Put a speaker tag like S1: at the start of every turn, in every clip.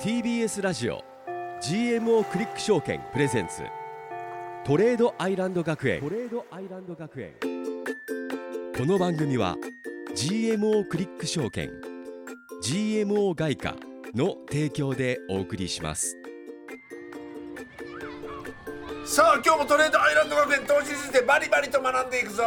S1: TBS ラジオ GMO クリック証券プレゼンツトレードアイランド学園トレードアイランド学園この番組は GMO クリック証券 GMO 外貨の提供でお送りします
S2: さあ今日もトレードアイランド学園投資についてバリバリと学んでいくぞ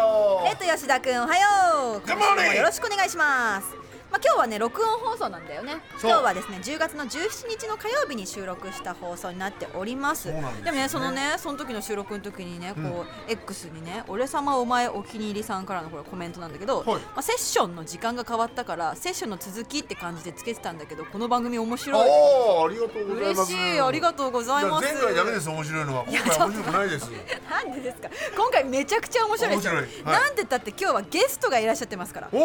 S3: えっと吉田君おはよう。
S2: Good morning
S3: 今週もよろしくお願いします。まあ今日はね録音放送なんだよね。
S2: そう
S3: 今日はですね10月の17日の火曜日に収録した放送になっております。
S2: そう
S3: で
S2: なんですね
S3: もねそのねその時の収録の時にねこう、X にね俺様お前お気に入りさんからのこれコメントなんだけど、
S2: はい
S3: まあセッションの時間が変わったからセッションの続きって感じでつけてたんだけどこの番組面白い。
S2: おおありがとうございま
S3: 嬉
S2: す
S3: しいありが
S2: と
S3: とうございます。
S2: 前回ダメです面白いのは今
S3: いやち
S2: 回
S3: ょっ
S2: 面
S3: と
S2: 白くないです
S3: なんでですか。今回めちゃくちゃ面白いですよ。
S2: 面白いはい
S3: なんてったって今日はゲストがいらっしゃってますから
S2: お。ー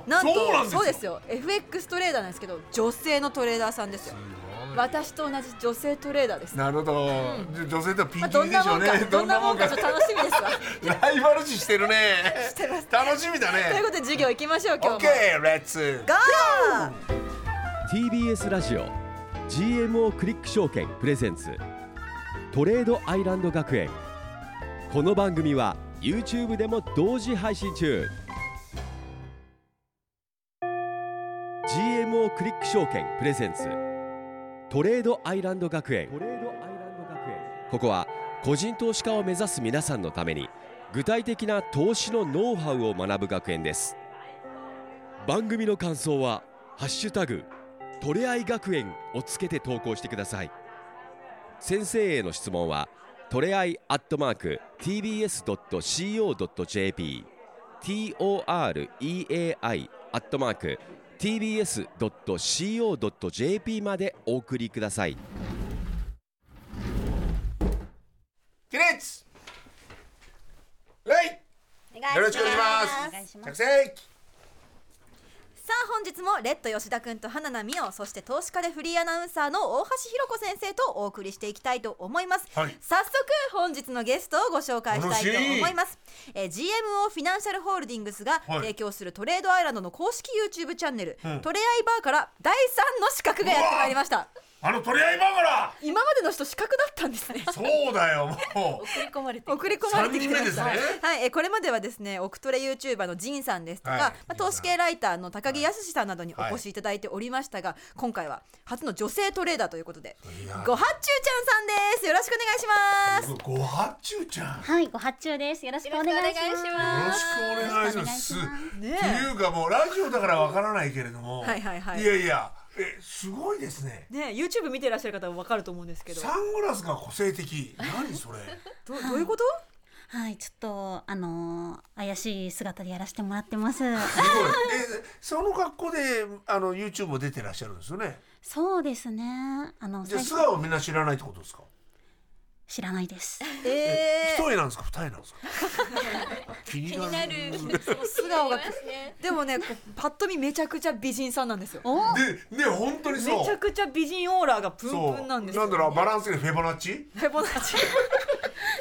S2: おー
S3: なんと
S2: そうなんですよ
S3: ですよ FX トレーダーなんですけど女性のトレーダーさんですよ私と同じ女性トレーダーです、
S2: なるほど、じゃ女性とはピ
S3: まあ、
S2: ンキ
S3: ど
S2: リ
S3: ん
S2: で
S3: な
S2: しょ
S3: も
S2: うんね
S3: かどんなもんかちょっと楽しみですわ
S2: ライバル視してるね
S3: してます
S2: 楽しみだ
S3: という
S2: ね
S3: ことで授業行きましょう今日も
S2: OK レッツ
S3: ガ
S1: TBS ラジオ GMO クリック証券プレゼンツトレードアイランド学園この番組は YouTube でも同時配信中 GMO クリック証券プレゼンツトレードアイランド学園ここは個人投資家を目指す皆さんのために具体的な投資のノウハウを学ぶ学園です番組の感想は「ハッシュタグトレアイ学園」をつけて投稿してください先生への質問はトレアイアットマーク TBS.CO.JP TOREAI アットマーク TBS.CO.JP までお送りください
S2: 起立レ
S3: ー
S2: イよろしくお願
S3: お願
S2: い
S3: い
S2: し
S3: し
S2: ま
S3: ます
S2: す着席
S3: さあ本日もレッド吉田君と花名美桜そして投資家でフリーアナウンサーの大橋ひろ子先生とお送りしていきたいと思います、
S2: はい
S3: 早速本日のゲストをご紹介したいと思いますえー GMO フィナンシャルホールディングスが
S2: はい
S3: 提供するトレードアイランドの公式 YouTube チャンネル、
S2: ん
S3: トレアイバーから第3の資格がやってまいりました
S2: あの取り合いバーガ
S3: 今までの人資格だったんですね
S2: ーそうだよもう
S4: 送り込まれて
S3: 送り込まれてきてました、
S2: 三人目ですね
S3: はい、えーこれまではですね奥トレユーチューバーのジンさんですとか、
S2: はい
S3: まあ、投資系ライターの高木康さんなどに
S2: はい
S3: お越しいただいておりましたが、今回は初の女性トレーダーということで
S2: いや
S3: ごはっちゅうちゃんさんですよろしくお願いします
S2: ごごはっちゅうちゃんよ
S4: はいご発注ですよろしくお願いします
S2: ろしくお願いします
S4: よろしくお願いします
S3: ね
S2: っていうかもうラジオだからわからないけれども
S3: はいはいはい
S2: やいやえすごいですね
S3: えねえ YouTube 見てらっしゃる方はわかると思うんですけど
S2: サングラスが個性的何それ
S3: どどういうこと
S4: はいちょっとあのー怪しい姿でやらせてもらってます
S2: すごいえその格好であの YouTube も出てらっしゃるんですよね
S4: そうですねあの
S2: じゃあ
S4: 最
S2: 素
S4: 初
S2: 顔をみんな知らないってことですか
S4: 知らない です
S3: え
S2: 一
S3: ー
S2: 重なんですか二重なんですか気になる
S3: 素顔がでもねこうパッと見めちゃくちゃ美人さんなんですよ
S4: お
S2: でね本当にそう
S3: めちゃくちゃ美人オーラがプン
S2: そう
S3: プンなんです
S2: な
S3: よ、
S2: んだろうバランスでフェボナッチ
S3: フィボナッチ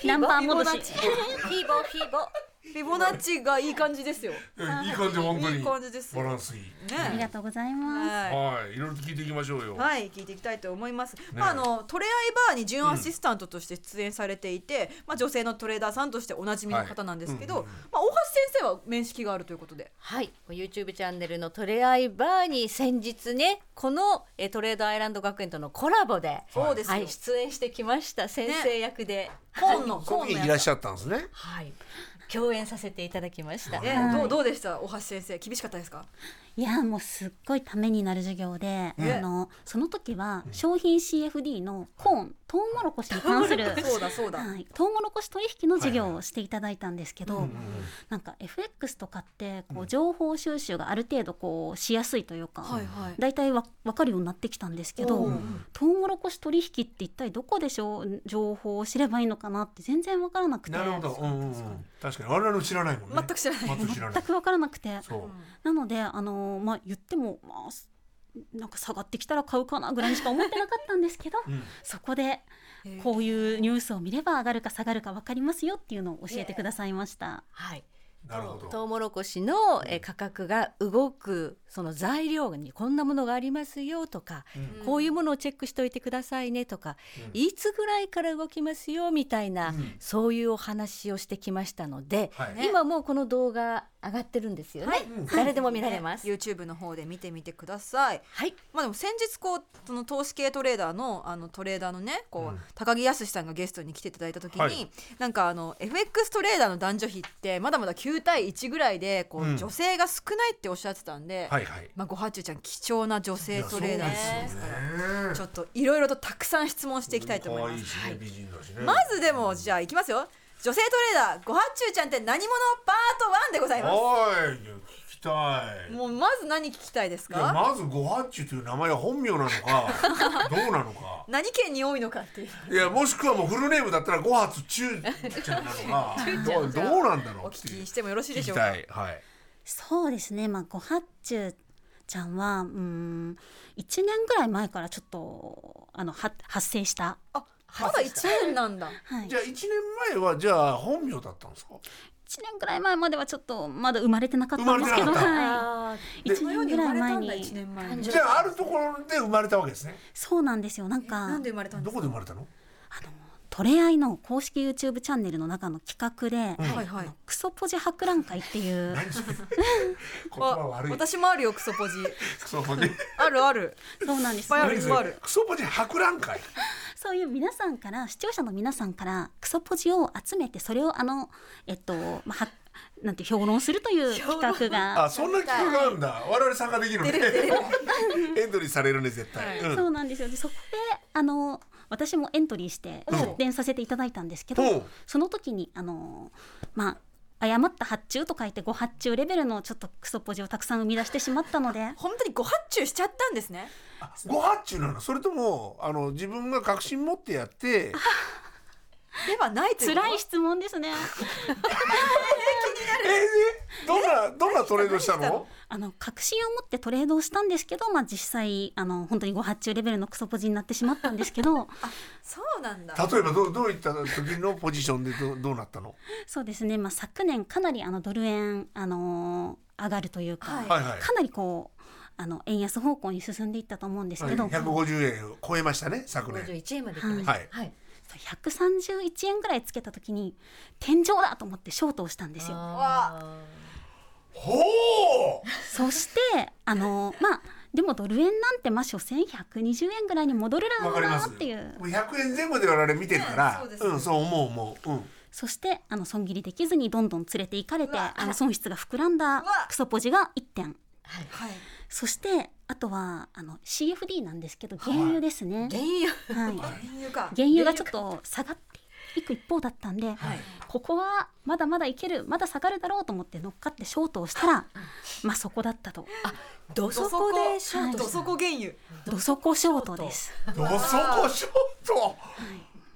S4: ナンバー戻し
S3: フィボフィボフィボナッチがいい感じですよ
S2: えいい感じ本当に
S3: いい感じです
S2: バランスいい
S4: あり
S3: ね
S4: がとうございます
S3: は
S2: はいいろいろと聞いていきましょうよ
S3: い、はい、聞いていきたいと思います、まああのトレアイバーに準アシスタントとして出演されていて、まあ女性のトレーダーさんとしておなじみの方なんですけど、まあ大橋先生は面識があるということで
S5: はい、YouTube チャンネルのトレアイバーに先日ねこのえートレードアイランド学園とのコラボで、
S3: そうですよ
S5: はい、出演してきました先生役で、
S3: コーンの
S2: そ
S3: コ
S2: の
S3: ーン
S2: 時
S3: の
S2: いらっ
S3: や
S2: し
S3: つ
S2: ゃったんですね
S5: はい、共演させていただきました。
S3: えどうどうでした大橋先生厳しかったですか
S4: いやもうすっごいためになる授業で、
S3: ね
S4: あのその時は商品 CFD のコーントウモロコシに関する
S3: そうだそうだ、
S4: はい、トウモロコシ取引の授業をしていただいたんですけど、なんか FX とかってこう情報収集がある程度こうしやすいというか、
S3: はいはい
S4: 大体わ分かるようになってきたんですけど、
S3: おう
S4: トウモロコシ取引って一体どこでしょう情報を知ればいいのかなって全然分からなくて
S2: なるほど、うんうんうん、確かに我々も知らないもんね。
S3: 全く知らない
S2: 全く知らな
S4: 全
S2: い。
S4: く分からなくて
S2: そう、
S4: なのであのーまあ言ってもまあすなんか下がってきたら買うかなぐらいにしか思ってなかったんですけど、
S2: ん
S4: そこで
S3: へえ
S4: こういうニュースを見れば上がるか下がるか分かりますよっていうのを教えてくださいました。
S5: はい
S2: なるほど
S5: トウモロコシのえー価格が動くその材料にこんなものがありますよとか、
S2: う
S5: こういうものをチェックしておいてくださいねとか、
S2: うん
S5: いつぐらいから動きますよみたいな、
S2: うん
S5: そういうお話をしてきましたので、
S2: はい
S3: ね
S5: 今もうこの動画上がってるんですよね、誰でも見られます。
S3: YouTube の方で見てみてください。
S5: はい、
S3: まあでも先日こうその投資系トレーダーのあのトレーダーのねこう、
S2: うん
S3: 高木康さんがゲストに来ていただいた時に、
S2: はい
S3: なんかあの FX トレーダーの男女比ってまだまだ9対1ぐらいでこう、
S2: うん
S3: 女性が少ないっておっしゃってたんで、
S2: はいはい
S3: まあごはちゅうちゃん貴重な女性トレーダーですから、
S2: ね
S3: ちょっといろいろとたくさん質問していきたいと思います。
S2: 可愛いしね美人だしね
S3: まずでもじゃあいきますよ女性トレーダーごはちゅうちゃんって何者パート1でございま
S2: はいいや聞きたい
S3: すもうまず何聞きたいです
S2: いや
S3: か
S2: まずご八中という名前は本名なのか どうなのか
S3: 何県に多いのかっていう
S2: いやもしくはもうフルネームだったらご八中ちゃんなのか どうどうなんだろう
S3: お
S2: っ
S3: 聞
S2: てい
S3: き
S2: う
S3: してもよろしいで
S2: 聞
S3: し
S2: き
S3: ょうか
S2: たいはい
S4: そうですね、まあ、ご発注ちゃんはうーん1年ぐらい前からちょっとあのは発生した、
S3: あまだ一年なんだ
S4: はい、
S2: じゃあ一年前はじゃあ本名だったんですか
S4: 1年ぐらい前まではちょっとまだ生まれてなかったんですけど、
S2: 生まれてな
S4: は
S5: あ
S4: い、1年ぐらい前
S3: 一
S4: に
S3: 年前に
S2: じゃああるところで生まれたわけですね
S4: そうなんですよなんか
S3: なんで生まれたんで
S2: ど
S3: すか
S2: こで生まれたの
S4: トレアイの公式 YouTube チャンネルの中の企画で、
S2: うん
S3: はいはい
S4: クソポジ博覧会っていう
S2: 何それ言葉
S3: あ
S2: 悪い
S3: 私もあるよクソポジ
S2: クソポジ
S3: あるある
S4: そうなんで
S3: い
S4: す
S3: っぱいある
S2: 何それクソポジ博覧会
S4: そういう皆さんから視聴者の皆さんからクソポジを集めてそれをあのえっとまあはなんて評論するという企画が
S2: あそんな企画があるんだ我々参加できるね エントリーされるね絶対うん
S4: そうなんですよでそこであの私もエントリーして
S2: うん
S4: 出演させていただいたんですけど、
S2: うん
S4: その時にあのまあ誤った発注と書いてご発注レベルのちょっとクソポジをたくさん生み出してしまった ので
S3: 本当にご発注しちゃったんですね
S2: ご発注なのそれともあの自分が確信持ってやって
S3: ではないという
S4: 辛い質問ですね
S2: えーどんなどんなトレードしたの
S4: あの確信を持ってトレードをしたんですけど、まあ、実際あの本当にご発注レベルのクソポジになってしまったんですけ ど
S3: そうなんだ
S2: 例えばどうどういった時のポジションでどうどうなったの
S4: そうですね、まあ、昨年かなりあのドル円、あのー上がるというか、
S3: はい
S2: はいはい
S4: かなりこうあの円安方向に進んでいったと思うんですけど、
S2: 150円を超えましたね昨
S5: ー
S2: 年
S5: 51円まで行きました、
S2: はい
S5: はい
S4: 131円ぐらいつけた時に天井だと思ってショートをしたんですよ。
S5: あ
S2: ほう
S4: そしてあのーまあでもドル円なんてまあ所詮120円ぐらいに戻るだ
S2: わ
S4: ろ
S2: か
S4: う
S2: りま
S4: な
S2: す
S4: っていう
S2: もう100円前後で我々見てるから、
S3: ねそうです
S2: うんそう思う思ううん
S4: そしてあの損切りできずにどんどん連れていかれて
S3: うわ
S4: あの損失が膨らんだ
S3: うわ
S4: クソポジが1点
S3: はい
S4: そしてあとはあの CFD なんですけど原油ですね
S5: ー、原油
S4: はい、
S3: 原油か
S4: 原油がちょっと下がっていく一方だったんで、ここはまだまだいけるまだ下がるだろうと思って乗っかってショートをしたらまあそこだったと
S5: どそこでショート
S3: ど
S5: した
S3: そこ原油
S4: どそこショートです
S2: どそこショート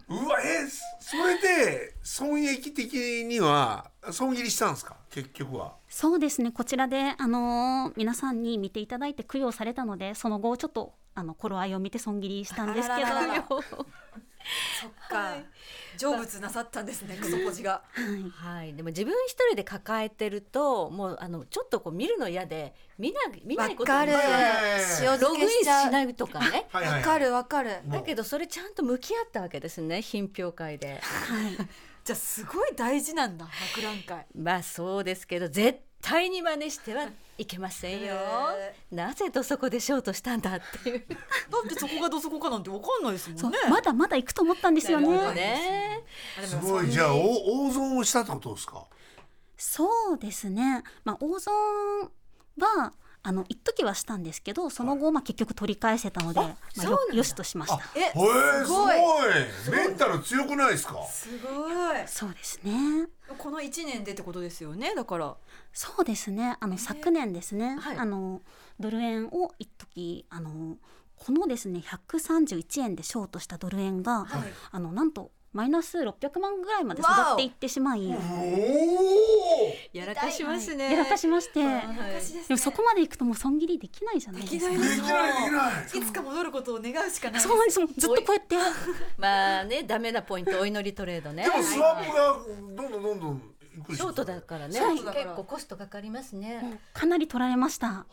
S2: うわえーそれで損益的には損切りしたんですか結局は
S4: そうですねこちらであのー皆さんに見ていただいて供養されたのでその後ちょっとあの頃合いを見て損切りしたんですけど
S3: あららららか成仏なさったんですねクソポジが
S5: はい、でも自分一人で抱えてるともうあのちょっとこう見るの嫌で見な見ないことに
S3: わかる
S2: え
S5: ログインしないとかね
S2: はいはいはい
S3: わかる
S2: もう
S5: だけどそれちゃんと向き合ったわけですね品評会で
S3: じゃあすごい大事なんだ博覧会
S5: まあそうですけど絶対に真似してはいけませんよ
S3: え
S5: なぜとそこでショートしたんだっていう
S3: だってそこがどそこかなんてわかんないです
S4: そ
S3: も
S4: うん
S3: ね
S4: まだまだ行くと思ったんですよ
S5: なるほど
S4: ね
S5: ね
S2: すごいじゃあお大損をしたってことですか
S4: そうですね、まあ、大損はあの一時はしたんですけどその後、まあ、結局取り返せたのでまあ、よよしとしました
S2: え
S3: え
S2: すごい
S3: す
S2: メンタル強くないですか
S3: すごい
S4: そうですね
S3: この一年でってことですよねだから
S4: そうですねあの、昨年ですね、
S5: はい
S4: あのドル円を一時あのこのですね131円でショートしたドル円
S3: は
S4: が、
S3: い
S4: あのなんとマイナス600万ぐらいまで
S3: わ
S4: 下
S3: お
S4: がっていってしまい、
S2: お
S4: は
S2: お
S5: やらかしますね
S4: いやらかしまして、
S3: 昔です
S4: でもそこまで行くともう損切りできないじゃないですか
S3: できな
S2: できないできない
S3: いつか戻ることを願うしかない
S4: そうなんですもうずっとこうやって
S5: まあねダメなポイントお祈りトレードね
S2: でもスワップがどんどんどんどんくりし
S6: シ
S2: た
S6: ョートだからね
S3: ショートだから
S6: 結構コストかかりますね、
S4: もうかなり取られました。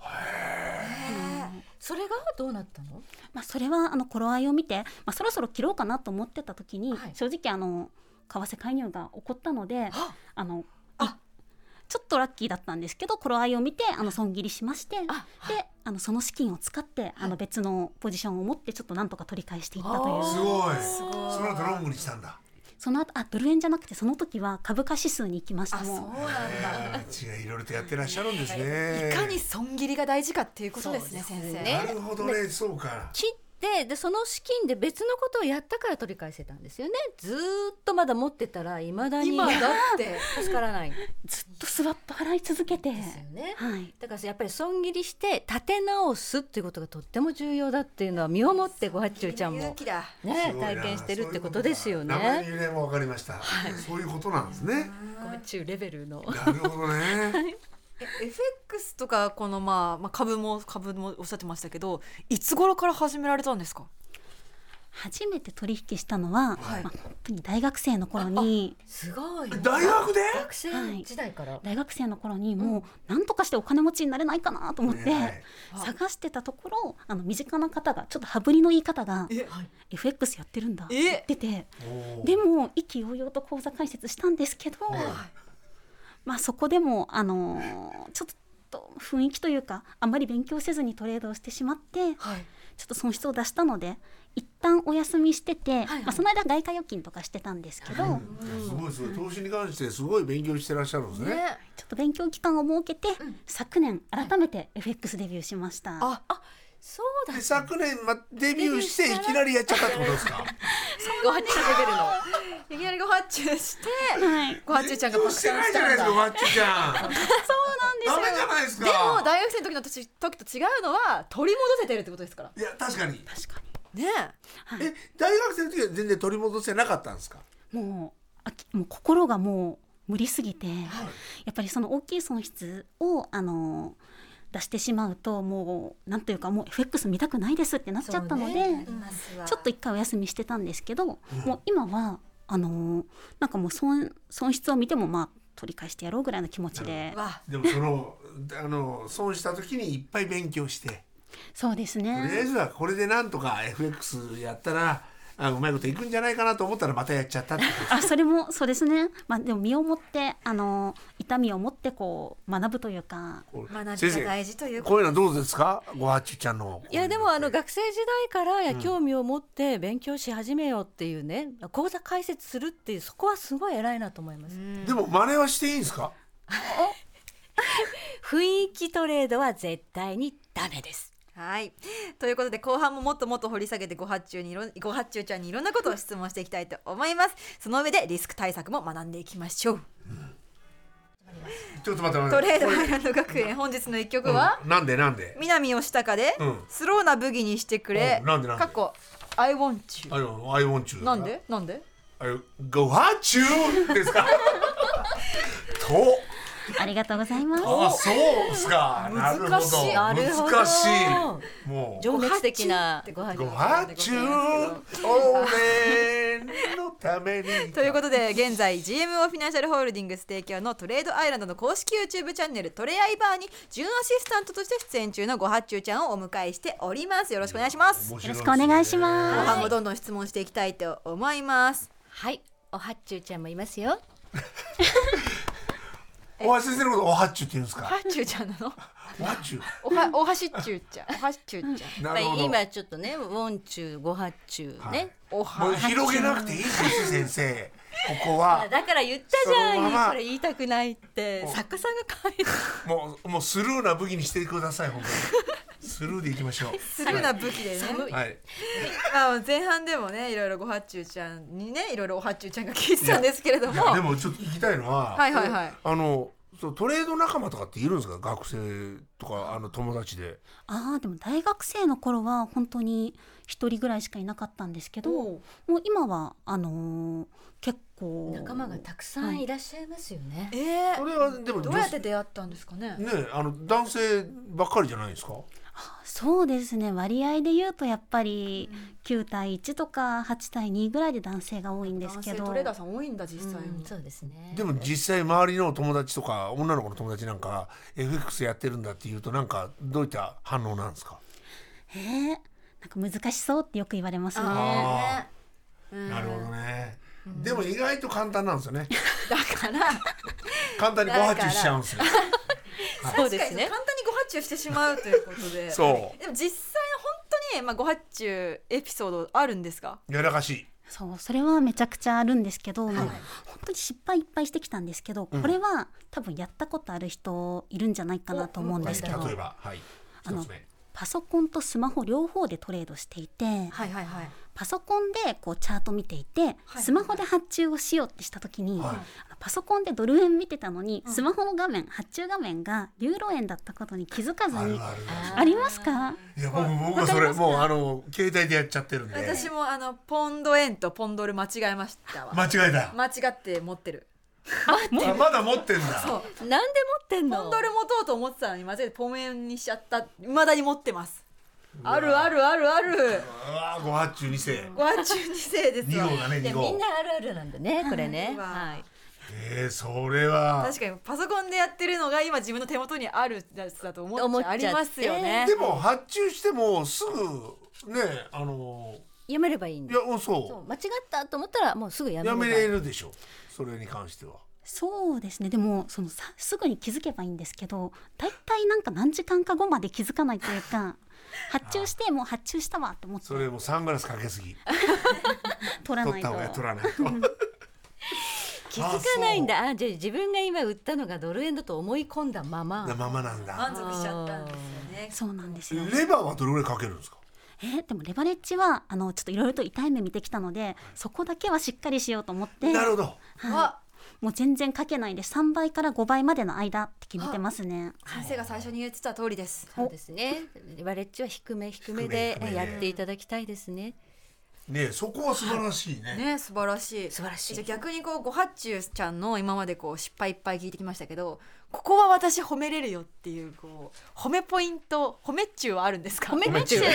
S6: それがどうなったの
S4: まあ、それはあの頃合いを見て、まあ、そろそろ切ろうかなと思ってた時に、
S6: はい
S4: 正直あの為替介入が起こったので
S6: あ
S4: あのちょっとラッキーだったんですけど頃合いを見てあの損切りしまして
S6: あ
S4: であのその資金を使って、あの別のポジションを持ってちょっとなんとか取り返していったと
S6: あ
S4: い
S2: す
S4: う
S2: ごい
S3: すごい
S2: その後ロングにしたんだ
S4: その後あドル円じゃなくてその時は株価指数に行きました
S3: あそう
S4: も
S3: な
S4: う
S3: んだ
S2: あ違ういろいろとやってらっしゃるんですね
S3: いかに損切りが大事かっていうことですね
S6: そう
S3: 先
S6: です
S3: 生
S6: ね
S2: なるほどねそうか
S6: 切ってでその資金で別のことをやったから取り返せたんですよねずーっとまだ持ってたらいまだに
S3: 今だって
S6: 助からないで
S4: ずっとスワップ払い続けて、
S6: すよね
S4: はい、
S6: だからやっぱり損切りして立て直すっていうことがとっても重要だっていうのは身をもってご八中ちゃん
S3: 勇
S6: も
S3: 気だ
S6: ね
S2: すごい
S6: 体
S2: な
S6: 験してるってことですよ
S2: 名前
S6: ね
S2: に由来も分かりました、そういうことなんですね
S6: ご八中レベルの
S2: なるほどね
S3: え FX とかこのまあ、まあ、株も株もおっしゃってましたけどいつ頃から始められたんですか
S4: 初めて取引したのは、
S3: はい
S4: まあ本当に大学生の頃に
S6: すごい
S2: 大学で
S6: 学生時代から、
S4: 大学生の頃にもう何とかしてお金持ちになれないかなと思って
S2: はい
S4: 探してたところあの身近な方がちょっと羽振りのいい方が
S3: え
S4: FX やってるんだっ
S3: え
S4: て言ってて
S2: おー
S4: でも意気揚々と口座開設したんですけどまあそこでもあのーちょっと雰囲気というかあんまり勉強せずにトレードをしてしまってちょ
S3: はい
S4: っと損失を出したので一旦お休みしてて、
S6: はい
S4: まあ、その間外貨預金とかしてたんですけど、
S2: うんすごいすごい投資に関してすごい勉強してらっしゃるんですね
S6: ね
S4: ちょっと勉強期間を設けて、昨年改めて FX デビューしました。
S3: あ
S6: そうだ
S2: で昨年まデビューしていきなりやっちゃったってことですか
S6: ご八中
S3: い
S6: レベルの
S3: きなりご発注して
S4: はい
S3: ご発注ちゃんが
S2: どう
S3: 爆
S2: して
S3: 散
S2: ない
S3: し
S2: じゃな
S3: た
S2: いです
S3: んだ
S2: かマッチちゃんそうなんですよダメじゃないですか
S3: でも大学生の時の時時と違うのは取り戻せてるってことですから
S2: いや確かに
S4: 確か
S3: ね
S2: え大学生の時は全然取り戻せなかったんですか
S4: にもうあきもう心がもう無理すぎて、やっぱりその大きい損失をあの出してしまうともうなんというかもう FX 見たくないですってなっちゃったので、
S6: そうねなりますわ
S4: ちょっと一回お休みしてたんですけど、もう今はあのなんかもう損損失を見てもまあ取り返してやろうぐらいの気持ち
S3: え、
S4: で
S3: わ
S2: でもそのあの損した時にいっぱい勉強して
S4: そうです
S2: とりあえ
S4: ね。
S2: ずはこれでなんとか FX やったらあうまいこといくんじゃないかなと思ったらまたやっちゃったってこと
S4: あそれもそうですね、まあ、でも身をもってあの痛みを持ってこう学ぶというか
S3: 学
S2: 先
S3: び
S2: 生
S3: が大事という
S2: こういうのはどうですかごはっちゅちゃんの
S6: いやでもあの学生時代からや興味を持って勉強し始めようっていうね、講座解説するっていうそこはすごい偉いなと思います、
S2: でも真似はしていいんですか
S6: 雰囲気トレードは絶対にダメです
S3: はい。ということで後半ももっともっと掘り下げてご発注にいろんご発注ちゃんにいろんなことを質問していきたいと思います。その上でリスク対策も学んでいきましょう。
S2: ちょっと待って待
S3: ト
S2: って
S3: レードアイランド学園本日の一曲は、
S2: うんなんでなんで
S3: 南吉高で、
S2: うん
S3: スローなブギにしてくれ。
S2: うんなんでなんで
S3: 過去 I want you。
S2: あの I want you
S3: なんでなんで？
S2: あれごはっちゅうです かと
S4: ありがとうございます。
S2: あそうですかなるほど
S3: 難しい
S6: なるほど
S2: 難しいもう
S6: 情熱的なご
S2: ご
S6: 飯
S2: はちゅう俺のために
S3: ということで現在 GMO フィナンシャルホールディングス提供のトレードアイランドの公式 YouTube チャンネルトレアイバーに準アシスタントとして出演中のご発注ちゃんをお迎えしております。よろしくお願いします。
S2: 面白
S4: よ
S2: で
S4: ろ
S2: す
S4: し
S2: ね
S4: くお願いし
S3: 後
S4: ます。
S3: 半もどんどん質問していきたいと思います。
S6: はいおはっちゅうちゃんもいますよ
S2: おは先生のことおはっちゅうって言うんですか
S3: はちゅうちゃんなの？
S2: おはっちゅう
S3: おはおはしっちゅうちゃん、おはしっちゅうちゃん、
S2: なるほど
S6: 今ちょっとねウォンチューごはっちゅうね、
S2: はい
S3: お
S2: もう
S3: は。
S2: 広げなくていいです先生ここは
S6: あだから言ったじゃん、
S2: そのまま
S6: これ言いたくないって作家さんが書いて
S2: もうもうスルーな武器にしてください本当にスルーでいきましょう
S3: するな武器でね。
S6: 寒い
S2: はい
S3: まあ前半でもね、いろいろごはちゅうちゃんにね、いろいろおはちゅうちゃんが聞いてたんですけれども。
S2: でもちょっと聞きたいのは
S3: はいはいはい
S2: あのそうトレード仲間とかっているんですか学生とかあの友達で
S4: ああでも大学生の頃は本当に一人ぐらいしかいなかったんですけど、もう今はあのー結構
S6: 仲間がたくさんいらっしゃいますよね、
S3: ええ
S2: それはでも
S3: どうやって出会ったんですかね。
S2: ねあの男性ばっかりじゃないですか
S4: あそうですね割合で言うとやっぱり9対1とか8対2ぐらいで男性が多いんです
S3: 男
S4: け
S3: 性
S4: ど
S3: トレーダーさん多いんだ実際に、
S6: そうですね
S2: でも実際周りの友達とか女の子の友達なんか FX やってるんだって言うとなんかどういった反応なんですか
S4: えーなんか難しそうってよく言われますね。
S2: あ
S3: ーうん
S2: なるほどね、でも意外と簡単なんですよね
S3: だから
S2: 簡単にご発注しちゃうんですよ
S5: そう
S3: 確
S5: で
S3: かに
S5: すね
S3: 簡単にご発注してしまうということ で
S2: そ
S3: でも実際本当に、まあ、ご発注エピソードあるんですか
S2: うやらかしい
S4: そうそれはめちゃくちゃあるんですけど、まあ本当に失敗いっぱいしてきたんですけど、これは多分やったことある人いるんじゃないかなと思うんですけど、
S2: 例えばはい
S4: あ
S2: 一
S4: の
S2: つ目
S4: パソコンとスマホ両方でトレードしていて、
S3: はいはいはい
S4: パソコンでこうチャート見ていて、
S3: はい
S4: スマホで発注をしようってした時に、
S2: はい
S4: あのパソコンでドル円見てたのに、スマホの画面発注画面がユーロ円だったことに気づかず
S2: ある
S4: に
S2: ある
S4: ありますか
S2: いや僕僕はそれもうあの携帯でやっちゃってるんで
S3: 私もあのポンド円とポンドル間違えましたわ、
S2: 間違えた
S3: 間違って持ってる
S2: あまだ持ってんだ
S3: そう
S5: なんで持ってんの
S3: ポンドル持とうと思ってたのに間違えてポン円にしちゃった未だに持ってますあるあるあるある
S2: うわーご発注2世
S3: ご発注二世です
S2: 2
S3: わ
S2: 号だね
S6: で
S2: 2
S6: みん
S2: 号
S6: なあるあるなんでねこれね
S3: うわ
S6: はい
S2: えー、それは
S3: 確かにパソコンでやってるのが今自分の手元にあるやつだと思
S6: 思
S3: っ
S6: っ
S3: ち
S6: ち
S3: ゃ
S6: ゃ
S3: あ
S6: って
S3: りますよね
S2: でも発注してもすぐねあの
S6: やめればいいん
S2: い
S6: で
S2: やそう
S6: そう間違ったと思ったらもうすぐやめ
S2: や
S6: れば
S2: め
S6: いい
S2: れるでしょそれに関しては
S4: そうですねでもそのさすぐに気づけばいいんですけど大体なんか何時間か後まで気づかないとい うか発注してもう発注したわって思って
S2: それもサングラスかけすぎ
S4: 取らな
S2: 取っ
S4: いと
S2: た方が取らないと
S5: 気づかないんだあじゃあ自分が今売ったのがドル円だと思い込んだまま
S2: なままなんだ
S3: 満足しちゃったんです
S4: そうなんですよ
S2: レバーはどれぐらいかけるんですか
S4: えでもレバレッジはあのちょっといろいろと痛い目見てきたのでそこだけはしっかりしようと思って
S2: なるほど
S3: よねあ
S4: もう全然かけないで3倍から5倍までの間って決めてますね
S3: 先生が最初に言ってた通りです
S6: そうですねバレッジは低め低め
S2: 低め
S6: で
S2: 低めで
S6: やっていただきたいですね
S2: ねえそこは素晴らしいね
S3: ね素晴らしい
S6: 素晴らしい
S3: じゃあ逆にこうごはっちゅうちゃんの今までこう失敗いっぱい聞いてきましたけどここは私褒めれるよっていうこう褒めポイント褒めっちゅうはあるんですか褒めっちゅうはい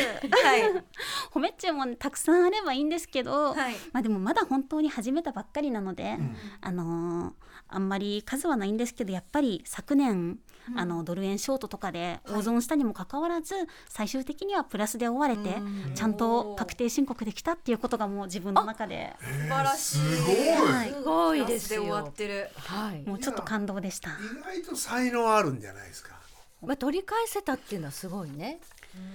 S4: 褒めっちゅうも、たくさんあればいいんですけど、
S3: はい
S4: まあ、でもまだ本当に始めたばっかりなので、あのーあんまり数はないんですけどやっぱり昨年、あのドル円ショートとかで大損したにもかかわらず、最終的にはプラスで終われて、ちゃんと確定申告できたっていうことがもう自分の中で
S3: 素晴らしい
S2: すごい
S4: はい
S6: すごい
S3: ラ
S6: で
S3: ス
S6: す
S3: で終わ
S6: よ
S3: ってる
S6: はい
S4: もうちょっと感動でした。
S2: 意外と才能あるんじゃないですか
S6: まあ取り返せたっていうのはすごいね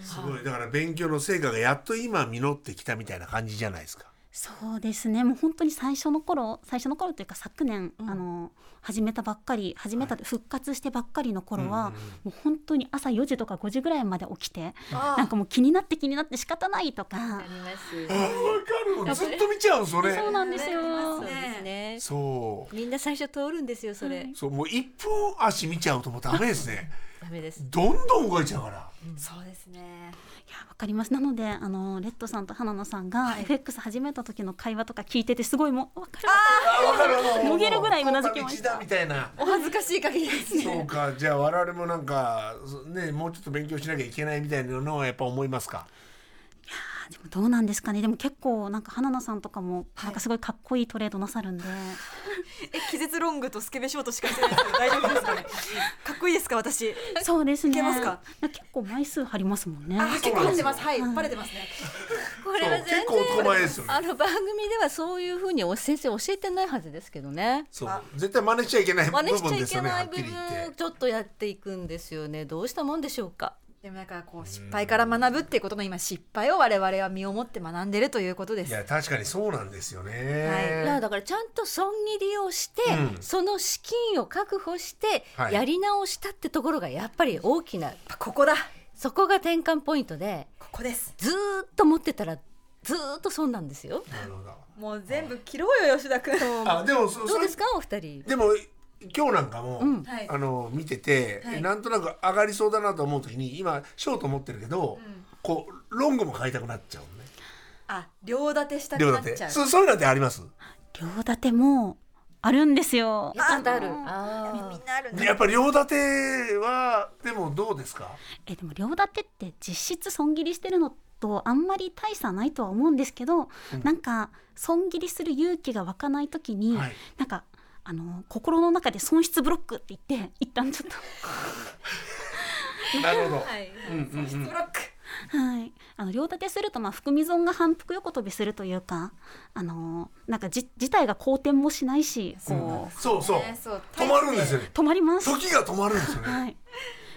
S2: すごいだから勉強の成果がやっと今実ってきたみたいな感じじゃないですか
S4: そうですねもう本当に最初の頃最初の頃というか昨年、あの始めたばっかり始めた、復活してばっかりの頃は、もう本当に朝4時とか5時ぐらいまで起きて
S3: あ
S4: なんかもう気になって気になって仕方ないとか
S2: あわかるずっと見ちゃうんそれ
S4: そうなんですよ。
S6: そうですね
S2: そ
S6: みんな最初通るんですよそれ
S2: うそうもう一分足見ちゃうともうダメですね
S6: ダメです
S2: どんどん動いちゃうから
S3: そうですね
S4: いやわかりますなのであのレッドさんと花野さんが FX 始めた時の会話とか聞いててすごいもうわかるわ
S2: あわかるもう
S4: もげるぐらいうなずきました
S2: こんな道だみたいな
S3: お恥ずかしい限りですね
S2: そうかじゃあ我々もなんかそねもうちょっと勉強しなきゃいけないみたいなのはやっぱ思いますか
S4: かるでもどうなんですかねでも結構なんか花野さんとかもなんかすごいかっこいいトレードなさる んで、
S3: え気絶ロングとスケベショートしかしてないですけど大丈夫ですかねかっこいいですか私
S4: そうですね
S3: いけますか
S4: なん結構枚数張りますもんね
S3: あ結構合ってますはいバレてますね
S6: これは全然
S2: そう結構男前ですよね
S6: あの番組ではそういうふうにお先生教えてないはずですけどね
S2: そう絶対真似しちゃいけない部
S6: 真似しちゃ
S2: 分
S6: い
S2: です
S6: け
S2: よね
S6: な
S2: はいっ
S6: 部
S2: きり言っ
S6: 分
S2: て
S6: ちょっとやっていくんですよねどうしたもんでしょうか
S3: でもなんかこう失敗から学ぶっていうことの今失敗を我々は身をもって学んでるということで
S2: い
S3: す。
S2: や確かにそうなんですよね、
S6: いやだからちゃんと損切りをして、
S2: うん
S6: その資金を確保して
S2: はい
S6: やり直したってところがやっぱり大きな
S3: ここだ
S6: そこが転換ポイントで
S3: ここです。
S6: ずーっと持ってたらずーっと損なんですよ。
S2: なるほど
S3: もう全部切ろうよ吉田君。
S2: あでもそ
S6: ど
S2: そうれ
S6: ですかお二人。
S2: でも今日なんかも、
S3: はい
S2: あの見てて、
S3: はい
S2: なんとなく上がりそうだなと思う時に今ショート持ってるけど、こうロングも買いたくなっちゃうのね
S3: あ両立てしたく
S2: 両
S3: なっ
S2: 立
S3: ち
S2: て
S3: ゃう。
S2: そそういうのってあります
S4: 両立てもあるんですよ。
S6: あんたある。
S3: み
S6: あ
S3: んなある
S2: やっぱ両立てはでもどうです か
S4: えでも両立てって実質損切りしてるのとあんまり大差ないとは思うんですけど、
S2: うん
S4: なんか損切りする勇気が湧かない時に、
S2: はい
S4: なんかあの心の中で損失ブロックって言って 一旦ちょっと
S2: なるほど、
S3: はい
S2: うんうんうん
S3: ストラック
S4: はい、あの両立てすると、まあ、含み損が反復横跳びするというか、あのーなんかじ事態が好転もしないしこ
S2: そうそう
S3: ねそう
S2: 止まるんですよね
S4: う止まります。
S2: 時が止まるんですよね
S4: はい、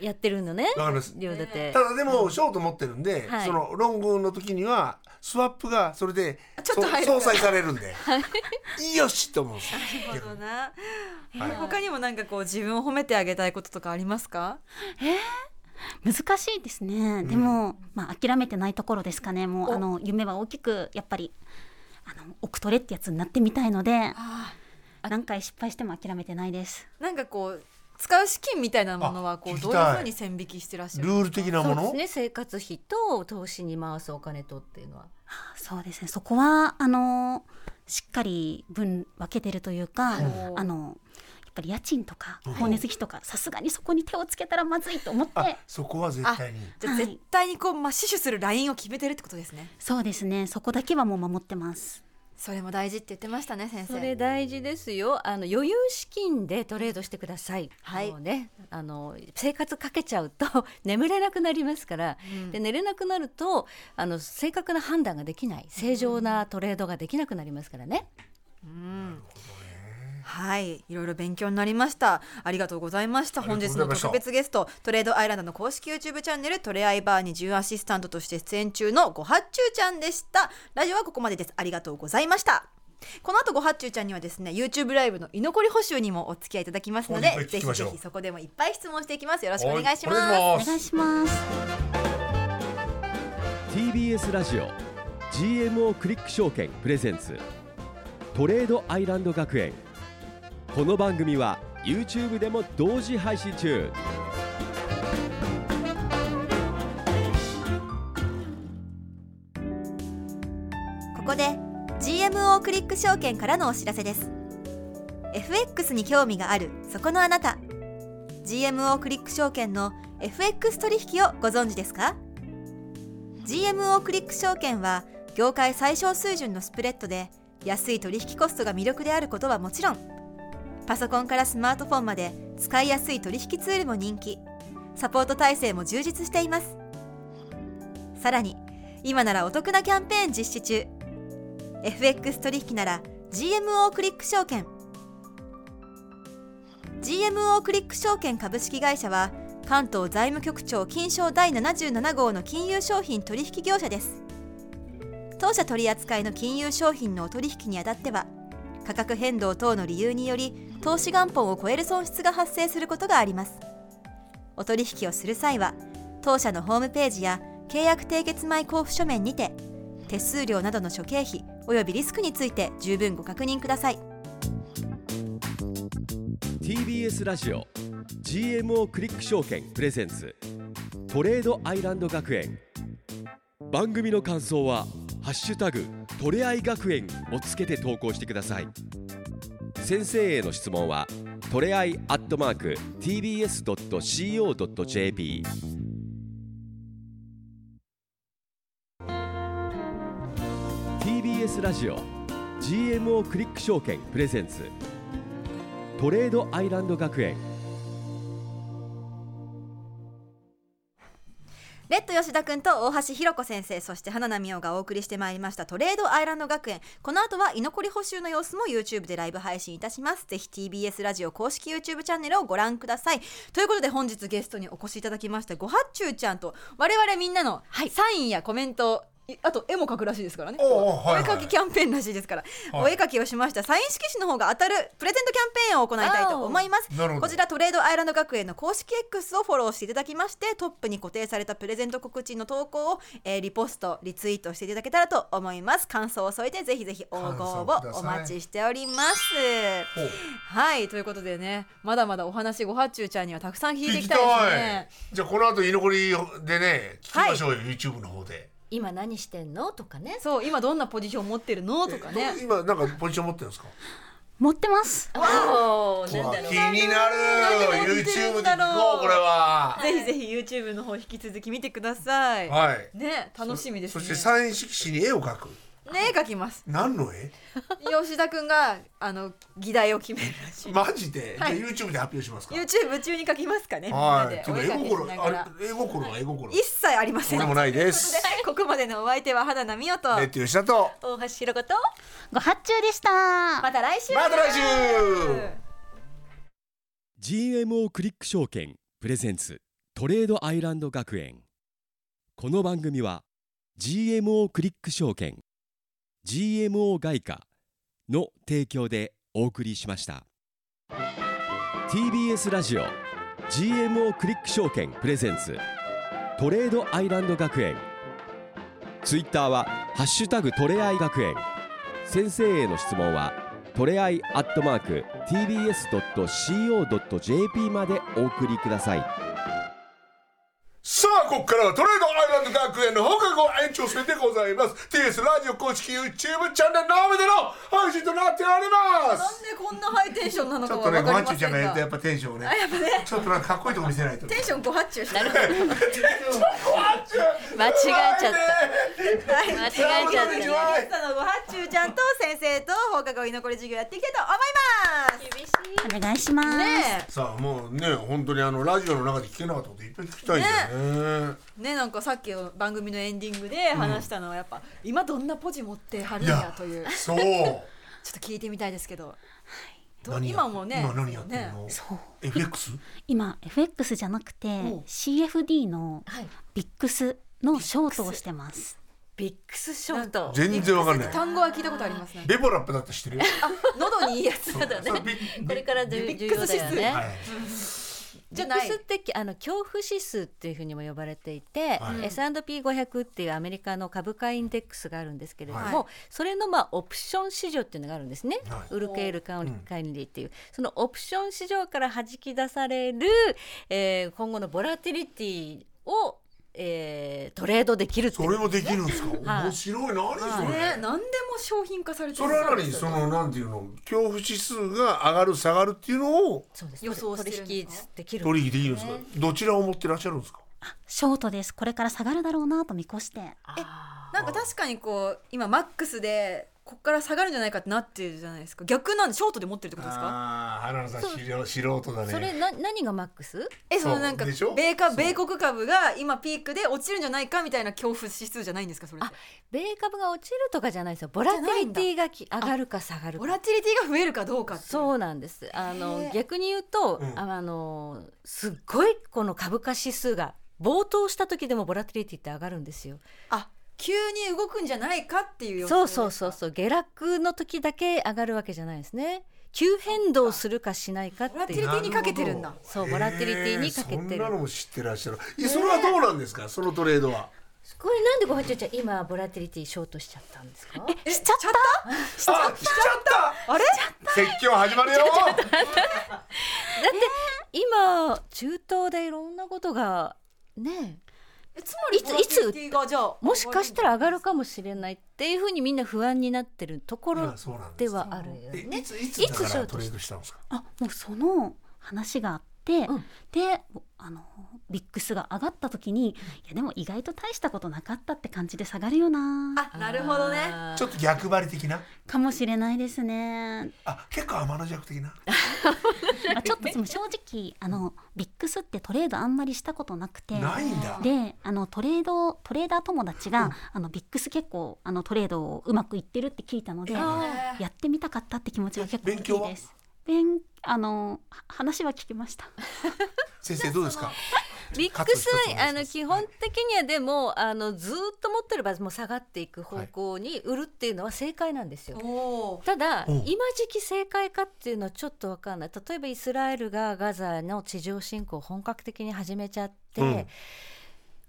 S6: やってるのね。
S2: わかります
S6: 両立て
S2: た。だでもショート持ってるんで、
S6: はい
S2: そのロングの時にはスワップがそれで
S3: ちょっと入る
S2: そう相殺されるんで、よしと思うんですよ
S3: なるほどな、
S2: はい
S3: 他にもなんかこう自分を褒めてあげたいこととかありますか
S4: 難しいですね。でも、まあ、諦めてないところですかね。もうあの夢は大きくやっぱりあの奥トレってやつになってみたいので、何回失敗しても諦めてないです。
S3: なんかこう使う資金みたいなものはこ
S2: あ
S3: う
S2: 聞き
S3: ど
S2: たいう
S3: いうふうに線引きしてらっしゃ
S2: ル
S3: る
S2: ール的なも
S6: そうで
S2: の
S6: すね。生活費と投資に回すお金とっていうのは。
S4: そうですね。そこはあのーしっかり分分けてるというか、
S3: うん
S4: あのやっぱり家賃とか光熱費とかさすがにそこに手をつけたらまずいと思って、
S2: あそこは絶対に
S3: じゃあ
S4: はい
S3: 絶対にこう、まあ、死守するラインを決めてるってことですね
S4: そうですね。そこだけはもう守ってます。
S3: それも大事って言ってましたね先生
S6: それ大事ですよ。あの余裕資金でトレードしてください。
S3: はい
S6: もうね、あの生活かけちゃうと 眠れなくなりますから。
S3: うん
S6: で寝れなくなるとあの正確な判断ができない正常なトレードができなくなりますからね。
S3: うんはい、いろいろ勉強になりました。ありがとうございました。
S2: ありが
S3: 本
S2: とうご
S3: 日
S2: ざい
S3: の
S2: ました
S3: 特別ゲスト、トレードアイランドの公式 YouTube チャンネル、トレアイバーに準アシスタントとして出演中のごはっちゅうちゃんでした。ラジオはここまでです。ありがとうございました。この後ごはっちゅうちゃんにはですね、YouTube ライブの居残り補修にもお付き合いいただきますので
S2: おいっぱい、聞き
S3: ぜひ
S2: ま
S3: ぜ
S2: しょう
S3: ひそこでもいっぱい質問していきます。よろしくお
S2: は
S3: 願いします。
S2: お願
S4: お願いします。
S1: TBS ラジオ GMO クリック証券プレゼンツトレードアイランド学園この番組は YouTube でも同時配信中
S7: ここで GMO クリック証券からのお知らせです FX に興味があるそこのあなた GMO クリック証券の FX 取引をご存知ですか GMO クリック証券は業界最小水準のスプレッドで安い取引コストが魅力であることはもちろんパソコンからスマートフォンまで使いやすい取引ツールも人気サポート体制も充実していますさらに今ならお得なキャンペーン実施中 FX 取引なら GMO クリック証券 GMO クリック証券株式会社は関東財務局長金賞第77号の金融商品取引業者です当社取扱いの金融商品のお取引にあたっては価格変動等の理由により投資元本を超える損失が発生することがありますお取引をする際は当社のホームページや契約締結前交付書面にて手数料などの諸経費およびリスクについて十分ご確認ください
S1: TBS ラジオ GMO クリック証券プレゼンツトレードアイランド学園番組の感想は「ハッシュタグトレアイ学園」をつけて投稿してください先生への質問はトレアイアットマーク TBS.CO.JP 「TBS ラジオ GMO クリック証券プレゼンツ」トレードアイランド学園
S3: レッド吉田くんと大橋ひろ子先生そして花奈美桜がお送りしてまいりましたトレードアイランド学園この後は居残り補修の様子も YouTube でライブ配信いたしますぜひ TBS ラジオ公式 YouTube チャンネルをご覧くださいということで本日ゲストにお越しいただきましたごはっちゅうちゃんと我々みんなのサインやコメント、いあと絵も描くらしいですからね
S2: おうおうはいはい
S3: お絵描きキャンペーンらしいですから、
S2: はい
S3: お絵描きをしましたサイン色紙の方が当たるプレゼントキャンペーンを行いたいと思います
S2: なるほど
S3: こちらトレードアイランド学園の公式 X をフォローしていただきましてトップに固定されたプレゼント告知の投稿を、えーリポストリツイートしていただけたらと思います感想を添えてぜひぜひ応
S2: 感
S3: 募
S2: 想くだ
S3: を
S2: さい
S3: お待ちしております
S2: ほう
S3: はいということでねまだまだお話ごはっちゅうちゃんにはたくさん聞いて
S2: 聞
S3: い
S2: き
S3: き
S2: た
S3: た
S2: い
S3: いですね
S2: じゃあこの後居残りでね聞きましょうよ、YouTube の方で、
S6: 今何してんのとかね。
S3: そう今どんなポジション持ってるのとかね
S2: ど今なんかポジション持ってるんですか
S4: 持ってます
S3: おーなんだろう
S2: 気になる YouTube で聞こうこれは
S3: ぜひぜひ YouTube の方引き続き見てください。
S2: はい
S3: ね楽しみです
S2: そ
S3: ね
S2: して。三色紙に絵を描く
S3: ね描きます。
S2: 何の絵
S3: 吉田くんがあの議題を決めるらしい。
S2: マジで、
S3: はい
S2: じゃあ YouTube で発表しますか
S3: YouTube 中に書きますかね。
S2: はい
S3: みん
S2: て
S3: なで
S2: か
S3: お
S2: 絵
S3: 絵描き
S2: 心
S3: しなが
S2: あ
S3: ら。
S2: れ絵心は絵心
S3: 一切ありません。
S2: これもないです
S3: ここまでのお相手は花奈美桜
S2: レッ
S3: と
S2: ティ吉田と
S3: 大橋ひろ子と
S4: ご発注でした
S3: また来週。
S2: また来週
S1: GMO クリック証券プレゼンツトレードアイランド学園この番組は GMO クリック証券 GMO 外貨の提供でお送りしました TBS ラジオ GMO クリック証券プレゼンツトレードアイランド学園ツイッターは「ハッシュタグトレアイ学園」先生への質問はトレアイアットマーク TBS.CO.JP までお送りください
S2: さあここからはトレードアイランド学園の放課後延長戦でございます TS ラジオ公式 YouTube チャンネルのみでの配信となっておりま
S3: なん
S2: す
S3: でこんなハイテンションなの
S2: ち
S3: か
S2: ょ
S3: は
S2: っ
S3: わか
S2: とねごはん
S3: り
S2: ちゅうちゃん
S3: ません
S2: がやるとや
S3: が。
S2: っぱテンションをね
S3: あやっぱね
S2: ちょっとなんかかっこいいとこ見せないと
S3: テンションご発注してる。
S6: 間違えちゃったた間違えちゃった
S2: う
S3: ゲス
S2: まいね
S3: トのご発注ちゃんと先生と放課後居残り授業やっていきたいと思います。
S4: お願いします、
S3: ね
S2: さあもうね本当にあのラジオの中で聞けなかったこといっぱい聞きたいんだよね
S3: えねえなんかさっきの番組のエンディングで話したのはやっぱ、今どんなポジ持ってはるん
S2: い
S3: や
S2: や
S3: というちょ
S2: そう
S3: っと聞いてみたいですけどど
S2: 何や
S3: 今もね
S2: 今何やってるの
S4: そう
S2: FX?
S4: 今 FX じゃなくて
S3: おう
S4: CFD の
S5: はい
S4: ビックスのショートをしてます
S5: ビックスショート
S2: 全然わかんない
S3: 単語は聞いたことありますね
S2: レボラップだって知ってるよ
S3: 喉にいいやつ
S2: そうだね
S6: これから重
S3: ビッ
S6: 重
S3: ク
S6: 要
S3: ス
S6: だ
S3: 指
S6: よ
S3: 数
S6: ね。
S3: じゃ
S6: ビッ
S3: な
S6: ク
S3: い
S6: スってあの恐怖指数っていうふうにも呼ばれていて、
S2: はい
S6: S&P500 っていうアメリカの株価インデックスがあるんですけれども、
S3: はい
S6: それのまあオプション市場っていうのがあるんですね、
S2: はい
S6: ウルケールカウンカインリーっていう、そのオプション市場から弾き出される、えー今後のボラティリティを、えートレードできるってい
S2: そうれもできるんですか
S6: はい
S2: 面白い何それ
S3: ね何でも商品化されて
S2: そ
S3: る
S2: れは何そのなんていうの恐怖指数が上がる下がるっていうのを
S6: そうです
S3: 予想してるん
S6: 取
S3: で
S6: 引
S3: す
S6: できる
S2: 取引できるんですかどちらを持ってらっしゃるんですか
S4: ショートですこれから下がるだろうなと見越して
S3: なんか確かにこう今マックスでこっから下がるんじゃないかってなってるじゃないですか逆なんでショートで持ってるってことですか
S2: ああ花野さん素素人だ
S6: それな何がマックス
S3: えそのなんか
S2: そうでしょ
S3: 米か
S2: そう
S3: 米国株が今ピークで落ちるんじゃないかみたいな恐怖指数じゃないんですかそれって
S6: 米株が落ちるとかじゃないですよボラティリティがき上がるか下がる
S3: ボ
S6: か
S3: ラティリティが増えるかどうかっていう
S6: そうなんです。あの逆に言うと、
S2: うん
S6: あのすっごいこの株価指数が暴騰した時でもボラティリティって上がるんですよ。
S3: あ急に動くんじゃないかっていう予
S6: そ
S3: 想
S6: うそうそう
S3: う
S6: そう下落の時だけ上がるわけじゃないですね。急変動するかしないかっ
S3: ボラティ
S6: てい
S3: リ
S6: う
S3: テ。ィにかけてるんだ
S6: そうボラティリティにかけてる
S2: へーそんなのも知ってらっしゃるいやそれはどうなんですかそのトレードは
S6: これなんでごはちゃん今ボラティリティショートしちゃったんですか？
S3: えしちゃった
S2: あしちゃっ
S3: あれ
S2: た説教始まるよ
S6: 今中東でいろんなことがね
S3: えつまり
S6: いついつ
S3: ボラティリティがじゃあ
S6: もしかしたら上がるかもしれないっていうふうにみんな不安になってるとこ
S2: い
S6: ろ
S2: やそうなんで
S6: ですはあるよ
S2: え
S6: ね。
S2: いついつ
S6: いつ
S2: だか
S6: ショ
S2: ら
S6: ー
S2: ト
S6: ト
S2: レ
S6: し
S2: ードしたんですか
S4: あもうその話があって、
S6: うん
S4: であのビックスが上がった時にいやでも意外と大したことなかったって感じで下がるよな
S3: あなるほどね
S6: あー
S2: ちょっと逆張り的な
S4: かもしれないですね
S2: あ結構天の弱的な
S4: まあちょっとでも正直あのビックスってトレードあんまりしたことなくて
S2: ないんだ
S4: であのトレードトレーダー友達が、あのビックス結構あのトレードをうまくいってるって聞いたのでやってみたかったって気持ちが結構大
S2: 勉
S4: き
S2: 強
S4: い
S2: は
S4: です。勉あのは話は聞きました。
S2: 先生どうですか
S6: ビックスはあ
S2: 勝つ
S6: の
S2: 一つお願いし
S6: 基
S2: ます
S6: 本的にはでもあのずーっと持ってればもう下がっていく方向に売るっていうのは正解なんですよ。
S3: おお
S6: ただ
S2: おう
S6: 今時期正解かっていうのはちょっとわかんない例えばイスラエルがガザの地上侵攻を本格的に始めちゃって、
S2: うん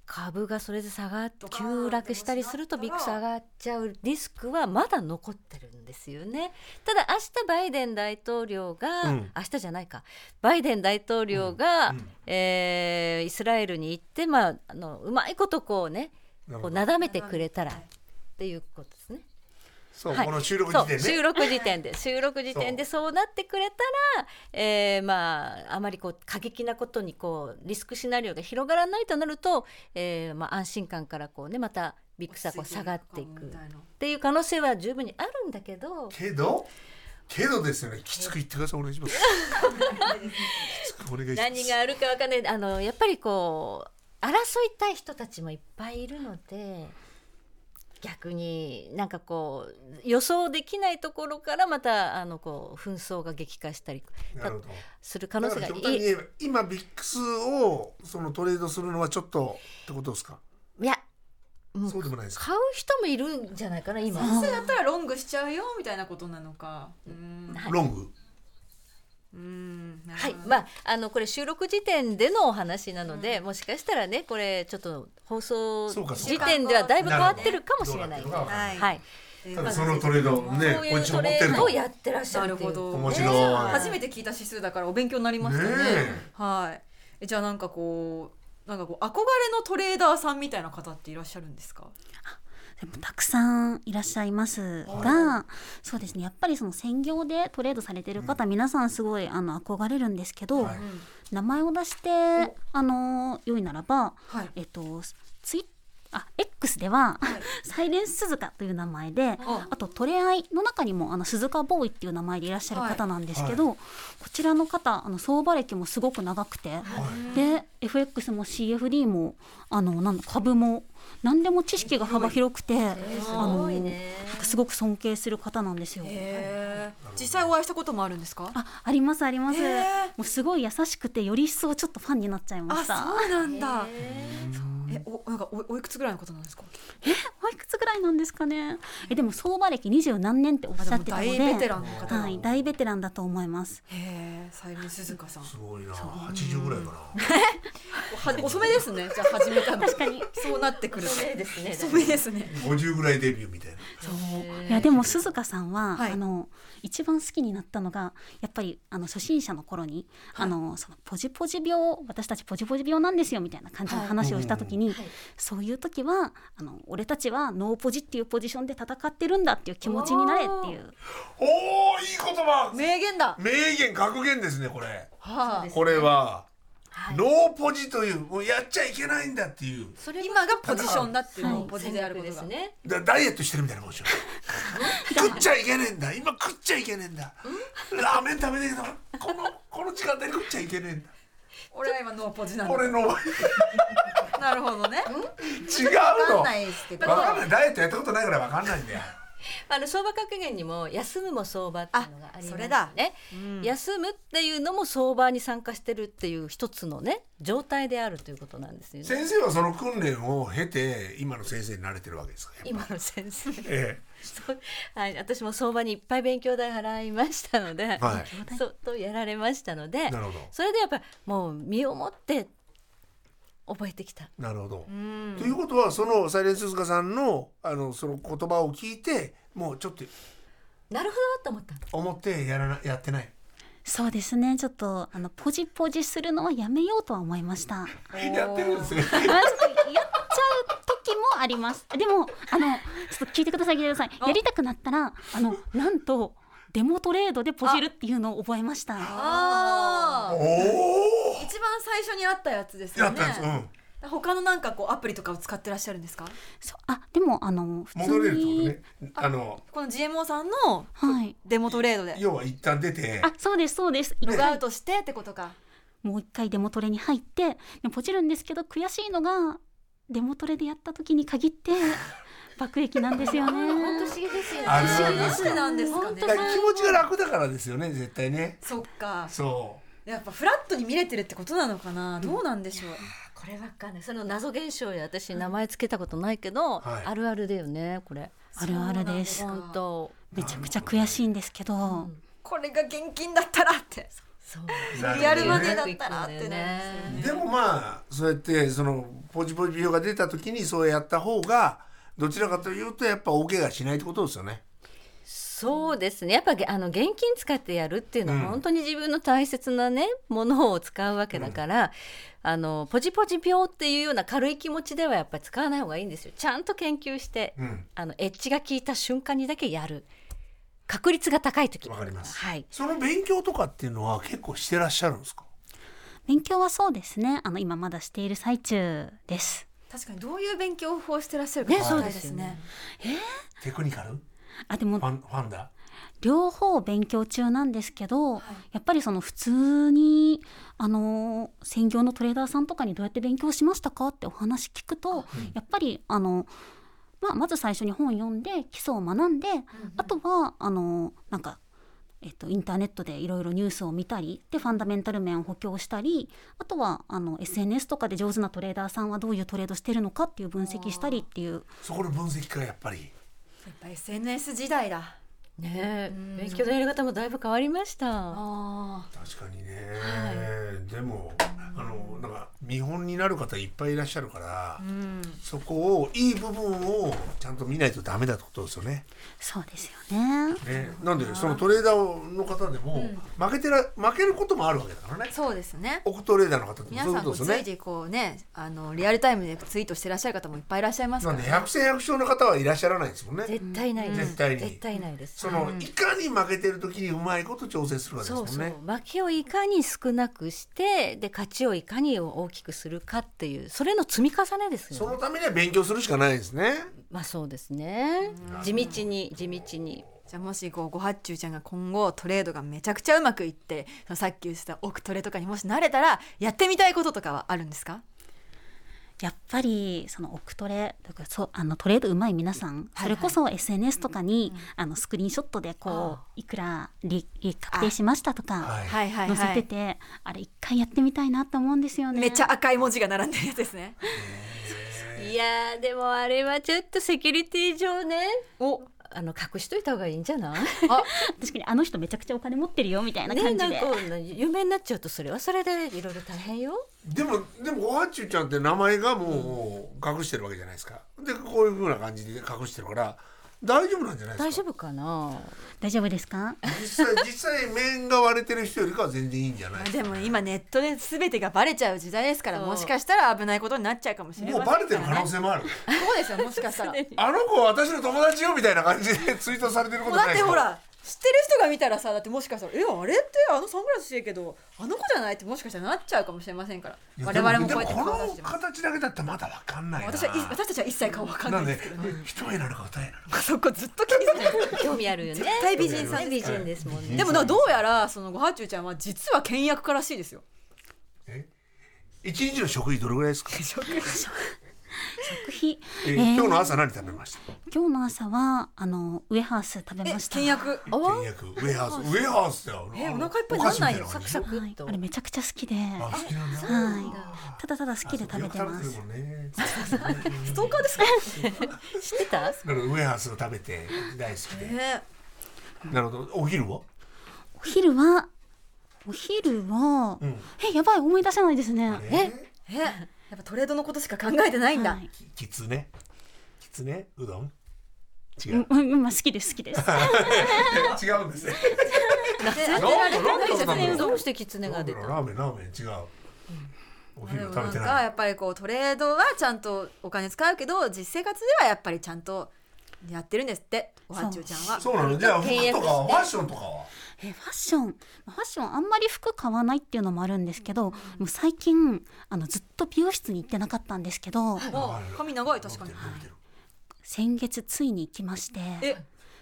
S6: 株がそれで下がって
S3: ドカーン
S6: 急落したりすると
S3: って
S6: ビ
S3: も
S6: ッ
S3: なっ
S6: グ
S3: たら
S6: 下がっちゃうリスクはまだ残ってるんですよねただ明日バイデン大統領が、
S2: うん
S6: 明日じゃないかバイデン大統領が、
S2: うんうん
S6: えーイスラエルに行って、まあ、あのうまいことこうね
S2: なる
S6: こ
S2: ほ
S6: う
S2: ど
S6: なだめてくれたらっていうことですね。
S2: そう、
S6: はい
S2: この収録
S6: そ
S2: 時
S6: う
S2: 点
S6: 収
S2: ね
S6: 録時 点で収録時点でそうなってくれたら、えーまああまりこう過激なことにこうリスクシナリオが広がらないとなると、えーまあ、安心感からこうねまたビッグサこう下がっていくっていう可能性は十分にあるんだけど
S2: けどけどですよねきつく言ってくださいお願いします きつくお願いします
S6: 何があるかわかんないあのやっぱりこう争いたい人たちもいっぱいいるので逆になんかこう予想できないところからまたあのこう紛争が激化したり
S2: なるほど
S6: する可能性が
S2: だから極端に
S6: いい
S2: 言えば今ビックスをそのトレードするのはちょっとってことですか
S6: いやうん
S2: そうでもないですか
S6: 買う人もいるんじゃないかな今
S3: それだったらロングしちゃうよみたいなことなのかうーん
S6: はい
S2: ロング
S3: うーんなるほ
S6: はい
S3: ど
S6: まああのこれ収録時点でのお話なので、もしかしたらねこれちょっと放送
S2: そうかそう
S6: 時
S2: か
S6: 点ではだいぶ変わってるかも
S2: ど
S6: し
S2: う
S6: れ
S2: な
S6: な
S2: っ
S6: い
S2: てるかわかんない
S3: はい
S6: はい
S2: ただそのトレードね
S6: こう
S2: ポ
S6: い
S2: ジ
S6: う
S2: ション
S6: ト
S2: 持っ
S6: レ
S2: てる
S6: ード
S2: の
S6: をやってらっしゃ
S3: な
S6: るっ
S3: る
S6: てい
S3: ほ
S6: う
S3: ど
S2: 面白い
S3: 初めて聞いた指数だからお勉強になりましたね
S2: ね
S3: はいえじゃあなんかこうなんかこう憧れのトレーダーさんみたいな方っていらっしゃるんですか
S4: でもたくさんいらっしゃいますが、そうですねやっぱりその専業でトレードされてる方、皆さんすごいあの憧れるんですけど、
S2: はい
S4: 名前を出してあの良いならば、
S3: はい
S4: えっとツイあ X では、 サイレンス鈴鹿という名前で、
S3: あ
S4: あとトレアイの中にもあの鈴鹿ボーイっていう名前でいらっしゃる方なんですけど、こちらの方あの相場歴もすごく長くて、で FX も CFD もあのなんだ株も何でも知識が幅広くて、あのなんかすごく尊敬する方なんですよ。
S3: へえ実際お会いしたこともあるんですか
S4: あありますあります、
S3: へー
S4: もうすごい優しくてより一層ちょっとファンになっちゃいま
S3: あ
S4: した
S3: そうなんだえおなんかおおいくつぐらいの方なんですか
S4: おいくつぐらいなんですかねえでも相場歴二十何年っておっ
S3: あ
S4: し
S3: で
S4: ゃっ
S3: も
S4: てたので
S3: 大ベテランの方
S4: はい、大ベテランだと思います
S3: へえサイレン鈴鹿さん
S2: すごいな80ぐらいかな
S3: は遅めですねじゃあ始めたの確かにそうなってくる遅めですね遅めですね
S2: 50ぐらいデビューみたいな。
S4: そういやでも鈴鹿さんは、
S3: はい
S4: あの一番好きになったのがやっぱりあの初心者の頃に、あのそのポジポジ病私たちポジポジ病なんですよみたいな感じの話をした時に、そういう時はあの俺たちはノーポジっていうポジションで戦ってるんだっていう気持ちになれっていう
S2: おお、いい言葉。
S3: 名言だ
S2: 名言格言ですね、これ。
S3: は
S2: これは。ノーポジという、もうやっちゃいけないんだっていう。
S3: あ今がポジションだっていうのをポジであること
S6: です
S3: が
S6: ね
S2: だ、ダイエットしてるみたいなもんでしょ 食っちゃいけねえんだ、今食っちゃいけねえんだ。ラーメン食べねえけど、この、この時間で食っちゃいけねえんだ。
S3: 俺は今ノーポジなの
S2: 俺 の。違う
S3: なるほどね
S2: の。
S3: ですけ
S2: わかんない、ダイエットやったことないから、わかんないんだよ。
S6: あの相場格言にも休むも相場っていうのがあります
S3: あそれだ
S6: ね、休むっていうのも相場に参加してるっていう一つのね状態であるということなんですよね。
S2: 先生はその訓練を経て、今の先生に慣れてるわけですか。やっぱ
S6: 今の先生、
S2: え
S6: そうはい、私も相場にいっぱい勉強代払いましたので、
S2: はい
S6: 相当やられましたので
S2: え、なるほど。
S6: それでやっぱりもう身をもって覚えてきた。
S2: なるほど。ということはそのサイレンススカさんのあのその言葉を聞いてもうちょっと
S6: なるほどと思ったの。
S2: 思ってやらなやってない。
S4: そうですねちょっとあのポジポジするのはやめようとは思いました。
S2: やってるん ですね。
S4: まあちょっとやっちゃう時もあります。でも、あの、ちょっと聞いてください、聞いてください。やりたくなったら、あの、なんと、デモトレードでポジるっていうのを覚えました。
S3: あ
S2: お
S3: あ
S2: お。
S3: 一番最初にあったやつです
S2: や
S3: よ
S2: っ
S3: ね
S2: たんです。うん。
S3: 他のなんかこうアプリとかを使ってらっしゃるんですか
S4: そうあ、でも、あの、普
S2: 戻れる
S4: 通
S2: ってこと
S4: に、
S2: ね。あの
S3: この GMO さんの
S4: はい。
S3: デモトレードで
S2: 要は一旦出て
S4: あ、そうです、そうです。
S3: ログアウトしてってことか
S4: もう一回デモトレに入って、でもポジるんですけど、悔しいのが、デモトレでやった時に 限って、爆益なんですよね。
S6: 不思議ですよね。
S2: ある
S3: 不
S2: あ
S3: 思
S2: る
S3: 議
S2: あ
S3: な
S2: る
S3: しなんですかね
S2: だから気持ちが楽だからですよね絶対ね。
S3: そっか
S2: そ
S3: やっぱフラットに見れてるってことなのかなどうなんでしょう
S6: これわかんない。その謎現象や私名前つけたことないけど、
S2: はい
S6: あるあるだよねこれ。
S4: あるあるです。
S6: 本当。
S4: めちゃくちゃ悔しいんですけど、
S3: これが現金だったらって
S6: そう。
S2: う。なるほどね
S3: リアルマネーだったらってね
S2: でもまあそうやってそのポジポジ病が出た時にそうやった方がどちらかというとやっぱ大怪我しないってことですよね。
S6: そうですねやっぱあの現金使ってやるっていうのは本当に自分の大切なね、ものを使うわけだから、あのポジポジ病っていうような軽い気持ちではやっぱり使わない方がいいんですよちゃんと研究して、
S2: うん
S6: あのエッジが効いた瞬間にだけやる確率が高い時
S2: わかります
S6: はい
S2: その勉強とかっていうのは結構してらっしゃるんですか
S4: 勉強はそうですねあの今まだしている最中です
S3: 確かにどういう勉強法をしてらっしゃるか知りたいですね。
S2: テクニカルフ
S4: あでも
S2: ァンファンだ
S4: 両方勉強中なんですけど、やっぱりその普通にあの専業のトレーダーさんとかにどうやって勉強しましたかってお話聞くと、やっぱりあの、まあ、まず最初に本読んで基礎を学んで、あとはあのなんか。えっと、インターネットでいろいろニュースを見たりでファンダメンタル面を補強したりあとはあの SNS とかで上手なトレーダーさんはどういうトレードしてるのかっていう分析したりっていう
S2: そこの分析からやっぱり
S3: やっぱ SNS 時代だ。
S6: ねえ勉強のやり方もだいぶ変わりました
S3: あ
S2: 確かにね、でもあのなんか見本になる方いっぱいいらっしゃるから、そこをいい部分をちゃんと見ないとダメだってことですよね。
S4: そうですよね。
S2: ねなんでそのトレーダーの方でも、負けてら負けることもあるわけだからね
S3: あ、。そうですね。
S2: オクトレーダーの方って
S3: 皆
S2: そういう
S3: さん
S2: ことで
S3: こ
S2: す
S3: うつ
S2: よ
S3: い
S2: ね。
S3: でこうね、あのリアルタイムでツイートしてらっしゃる方もいっぱいいらっしゃいます
S2: な
S3: か
S2: ん
S3: ら、
S2: で
S3: ね。
S2: 百戦百勝の方はいらっしゃらないですもんね。
S6: 絶対ないです、
S2: 絶対に
S6: 絶対ないです
S2: その、いかに負けてる時にうまいこと調整するわけです
S6: そ
S2: も
S6: うん
S2: ね。
S6: そう負けをいかに少なくしてで勝ちをいかに大きくするかっていうそれの積み重ねです
S2: そ
S6: よ、
S2: の
S6: ね、
S2: ためには勉強するしかないですね。
S6: まあそうですね地道に地道に
S3: じゃあもしこうご八中ちゃんが今後トレードがめちゃくちゃうまくいって、そのさっき言ってた億トレとかにもし慣れたらやってみたいこととかはあるんですか？
S4: やっぱりそのオクトレとかそうあのトレードうまい皆さん、それこそ SNS とかに、あのスクリーンショットでこういくら利利益確定しましたとか
S2: はい。
S3: はいはい
S4: 載せ
S3: は
S4: て
S3: い。
S4: て、あれ一回やってみたいなと思うんですよね。
S3: めっちゃ赤い文字が並んでるやつですね。
S6: いやーでもあれはちょっとセキュリティ上ねおあの隠しといた方がいいんじゃない
S4: 確かにあの人めちゃくちゃお金持ってるよみたいな
S6: ね
S4: 感
S6: な
S4: じ
S6: ん
S4: で、
S6: か有名になっちゃうとそれはそれでいろいろ大変よ
S2: でもでもごはちゅうちゃんって名前がもう隠してるわけじゃないですか。でこういう風な感じで隠してるから大丈夫なんじゃないで
S6: 大
S2: す
S6: 丈
S2: か。
S6: 夫かな
S4: 大丈夫ですか？
S2: 実際実 際面が割れてる人よりかは全然いいんじゃない
S3: まあ。でも今ネットで全てがバレちゃう時代ですから、もしかしたら危ないことになっちゃうかもしれ
S2: もう
S3: ません
S2: バレてる
S3: か
S2: 可
S3: ら
S2: 能
S3: ね。
S2: 性もある。
S3: そうですよもしか したら。
S2: あの子は私の友達よみたいな感じでツイートされてるこ
S3: も
S2: と
S3: う
S2: ない
S3: だってほら知ってる人が見たらさだってもしかしたら「えあれってあのサングラスしてるけどあの子じゃない?」ってもしかしたらなっちゃうかもしれませんから
S2: いや
S3: 我々もこうやっ
S2: で
S3: て
S2: も
S3: 顔出
S2: こ
S3: して
S2: の
S3: ます
S2: 形だけだったらまだわかんないな。
S3: 私はい私たちは一切顔わかんな
S2: ないん
S3: で
S2: です
S3: けど、
S2: 一重なのか二重なのか。
S3: そこずっと気にする
S6: 興味あるよね
S3: 絶対美人さん
S6: ね美人ですもんね
S3: でもなどうやらそのごはちゅうちゃんは実は倹約家らしいですよ
S2: 一日の食費どれぐらいですか。
S4: 食費、
S2: えー
S4: えー
S2: 今日の朝何食べました。
S4: 今日の朝はあのウェハース食べ
S3: え
S4: ました。
S3: 倹約あわ
S2: 倹約ウェハースウェハースだよ。
S3: えお腹いっぱいになんないよ
S2: お菓子みた
S3: サ
S2: 感
S3: ク
S2: じ
S3: サク
S4: はい
S3: っと、
S4: あれめちゃくちゃ好きで、
S2: あ
S4: は
S2: 好きなんだ。
S4: い、ただただ好きで食べてます。
S2: よく食べてるもんね。
S3: ストーカーですか、
S6: 知ってた
S2: だからウェハースを食べて大好きで。
S3: ね、
S2: なるほど。お昼は？
S4: お昼はお昼は、
S2: うん
S4: えやばい思い出せないですね。
S2: え？
S3: えやっぱトレードのことしか考えてないんだ、
S4: はい
S2: きつね。きつねうどん？違
S4: う
S2: う。
S4: んうんまあ好きです好きです。
S2: 違うんですね。
S3: で
S2: なんだなんだ
S6: どうして狐が
S2: ラ
S6: 出
S2: ーメン
S6: た
S2: ラーメンラーメン違う。お
S3: で
S2: 昼
S3: も
S2: 食
S3: な
S2: べ
S3: ん
S2: て
S3: か
S2: な
S3: や
S2: い。
S3: っぱりこうトレードはちゃんとお金使うけど実生活ではやっぱりちゃんとやってるんですっておはちゅうちゃんは
S2: そうなの。じゃあ服
S6: 倹約
S2: と
S6: して
S2: かファッションとかは。
S4: えファッションまあファッションあんまり服買わないっていうのもあるんですけど、もう最近あのずっと美容室に行ってなかったんですけど、
S3: あ髪長い確かに
S2: 伸びてる
S4: 先月ついに行きまして
S3: え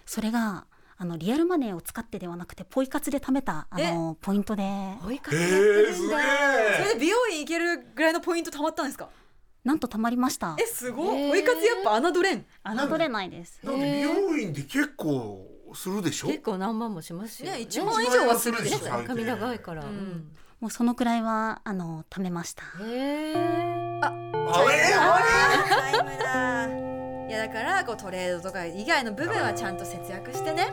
S4: それがあのリアルマネーを使ってではなくてポイ活で貯めたあのポイントで
S6: 追いかけ
S2: 伸び
S6: やって
S2: るえー
S6: てる
S2: す
S6: ん
S2: げ
S6: だ、
S3: そ
S2: え。
S3: れで美容院行けるぐらいのポイントたまったんですか
S4: なんと貯まりました
S3: えすご
S6: へ
S3: い
S6: ー
S3: ポイ活やっぱ侮れん
S4: 侮れないです
S2: だって美容院って結構するでしょ。
S6: 結構何万もしますよ
S3: ね
S6: ね
S3: 一万以上はするでしょ
S2: 一万以上はするでしょ
S6: 髪長いから、
S3: ん
S4: もうそのくらいはあの貯めました
S6: へえ
S2: あえー終わり？
S3: タイムだいやだからこうトレードとか以外の部分はちゃんと節約してね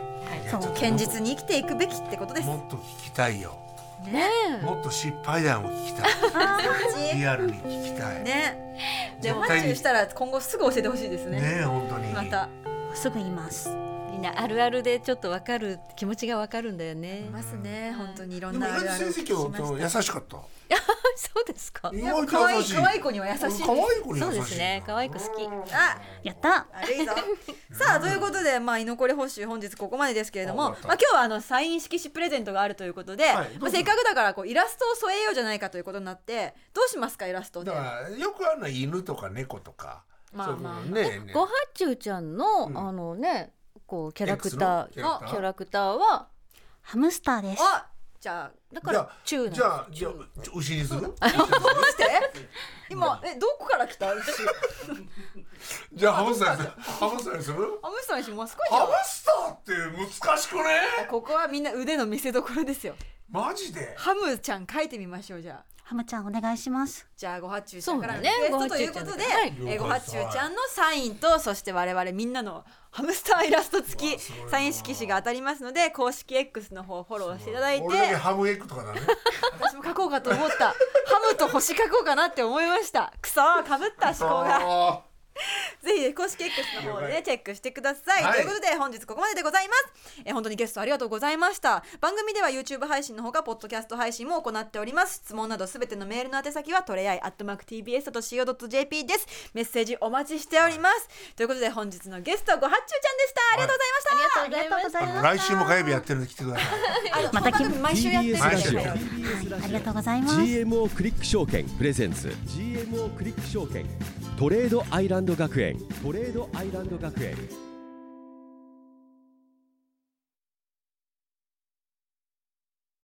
S4: そう
S3: 堅実に生きていくべきってことです
S2: もっと聞きたいよ。
S3: ね
S2: もっと失敗談を聞きたい。リアルに聞きたい。
S3: ねで
S2: 絶
S3: もハ
S2: 対
S3: チ
S2: に
S3: ューしたら今後すぐ教えてほしいですね
S2: ねえ本当に。
S3: また
S4: すぐ言います
S6: いいんなあるあるでちょっとわかる気持ちがわかるんだよね。
S3: ますね本当にいろ
S2: で
S3: ん
S2: も
S3: な
S2: 意外と
S3: あるあ
S2: 成
S3: る
S2: 績は優しかった
S6: そうですか。
S2: 意
S3: でも
S2: 外
S3: 可
S2: と
S3: 愛
S2: 優
S3: い
S2: しい
S3: 可愛い子には優しいです
S2: 可愛い子に優
S6: そう
S2: しい
S6: ですね。可愛い子好き。
S3: あ
S4: やった
S3: あれいいぞ さあということで、まあ、居残り報酬本日ここまでですけれど
S2: あ
S3: もま
S2: わ
S3: あ、
S2: かった
S3: 今日はあのサイン色紙プレゼントがあるということで、
S2: はいどうぞ
S3: まあ、せっかくだからこうイラストを添えようじゃないかということになってどうしますかイラストで
S2: だからよくあるのは犬とか猫とか
S3: まあ
S2: そういう
S3: まあ
S2: ねね
S6: ごはちゅうちゃんの、
S2: うん
S6: あのね、こうキャラク
S2: X の
S6: ター、
S2: キャラクター
S6: キャラクターは
S4: ハムスターです
S3: あじゃあ
S6: だからちゅうなんで
S2: じ
S6: す
S2: ゃあじゃあじゃあ牛にする
S3: どうして今えどこから来 た牛
S2: じゃあハムスターにするハムスターにする
S3: アムスターにしますかじゃ
S2: ハムスターって難しくね
S3: あここはみんな腕の見せ所ですよ
S2: マジで
S3: ハムちゃん書いてみましょうじゃあ
S4: ハムちゃんお願いします
S3: じゃあごはっちゅうちゃ
S6: そ
S3: ん
S6: う
S3: からの
S6: だね
S3: リクエス
S6: ご
S3: ト
S6: は
S3: と
S6: ちゅ
S3: いうう
S6: ち
S3: こ
S6: ゃん
S3: と
S6: だ
S3: で
S6: ね
S3: えーごはっちゅうちゃんのサインとそして我々みんなのハムスターイラスト付
S2: う
S3: き
S2: わすごいな
S3: サイン色紙が当たりますので公式 X の方フォローしていただいて
S2: 俺だけハムエッグとかだね
S3: 私も書こうかと思ったハムと星書こうかなって思いましたくそーかぶった思考が
S2: あ
S3: ぜひ公式 X の方で
S2: 了
S3: ねチェックしてください、
S2: はい
S3: ということで本日ここまででございますえー本当にゲストありがとうございました番組では YouTube 配信のほかポッドキャスト配信も行っております質問などすべてのメールの宛先はトレアイアットマーク TBS.CO.JP ですメッセージお待ちしております、ということで本日のゲストごはっちゅうちゃんでしたありがとうございました、
S4: ありがとうござい
S2: の
S4: ま
S2: 来週も火曜日やってるんで来てください
S3: あの
S4: ま
S3: この
S4: た
S3: 番組毎週やってるんで
S2: 毎週
S3: はい
S4: すありがとうございます
S1: GMO クリック証券プレゼンツ GMO クリック証券トレードアイランド学園トレードアイランド学園